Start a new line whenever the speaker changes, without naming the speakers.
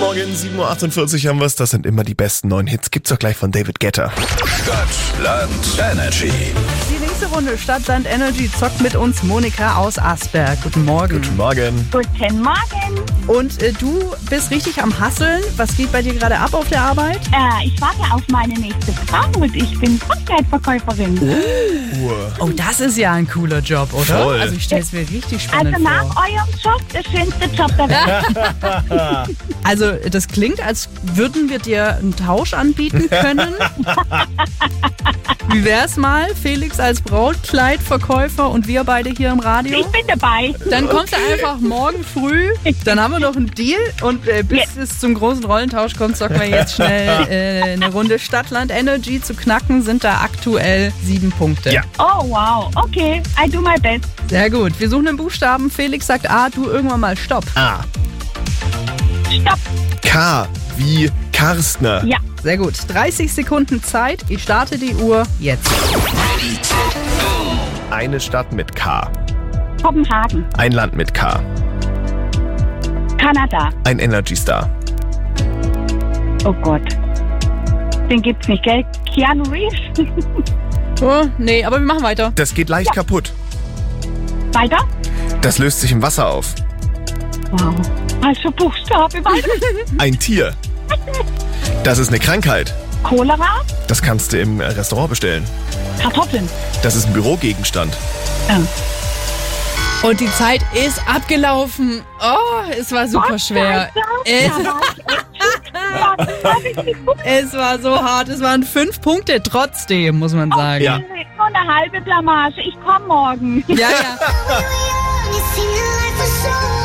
Morgen, 7.48 Uhr haben wir es. Das sind immer die besten neuen Hits. Gibt's doch gleich von David Getter.
Stadtland Energy.
Die nächste Runde Stadtland Energy zockt mit uns Monika aus Asberg. Guten Morgen.
Guten Morgen.
Guten Morgen.
Und äh, du bist richtig am Hasseln. Was geht bei dir gerade ab auf der Arbeit?
Äh, ich warte auf meine nächste Braut. Ich bin Fachzeitverkäuferin.
Oh, das ist ja ein cooler Job, oder?
Voll.
Also ich stelle es mir richtig spannend
Also nach
vor.
eurem Job der schönste Job der Welt.
Also das klingt, als würden wir dir einen Tausch anbieten können. Wie wär's mal, Felix als Brautkleidverkäufer und wir beide hier im Radio?
Ich bin dabei.
Dann kommst du einfach morgen früh, dann haben wir noch einen Deal und äh, bis es zum großen Rollentausch kommt, zocken wir jetzt schnell äh, eine Runde Stadtland Energy zu knacken, sind da aktuell sieben Punkte.
Ja.
Oh wow. Okay, I do my best.
Sehr gut, wir suchen einen Buchstaben, Felix sagt A, du irgendwann mal Stopp.
A.
Stopp.
K. Wie Karstner.
Ja.
Sehr gut, 30 Sekunden Zeit, ich starte die Uhr jetzt.
Eine Stadt mit K.
Kopenhagen.
Ein Land mit K.
Kanada.
Ein Energy Star.
Oh Gott. Den gibt's nicht, gell? Keanu Reeves.
Oh, nee, aber wir machen weiter.
Das geht leicht kaputt.
Weiter.
Das löst sich im Wasser auf.
Wow. Also Buchstabe weiter.
Ein Tier. Das ist eine Krankheit.
Cholera.
Das kannst du im äh, Restaurant bestellen.
Kartoffeln.
Das ist ein Bürogegenstand.
Äh,
Und die Zeit ist abgelaufen. Oh, es war super schwer. Es,
Hab ich geguckt.
es war so hart, es waren fünf Punkte trotzdem, muss man sagen.
Ja.
Nur eine halbe Blamage. Ich komme morgen.
Ja, ja.
When you sing it like a song.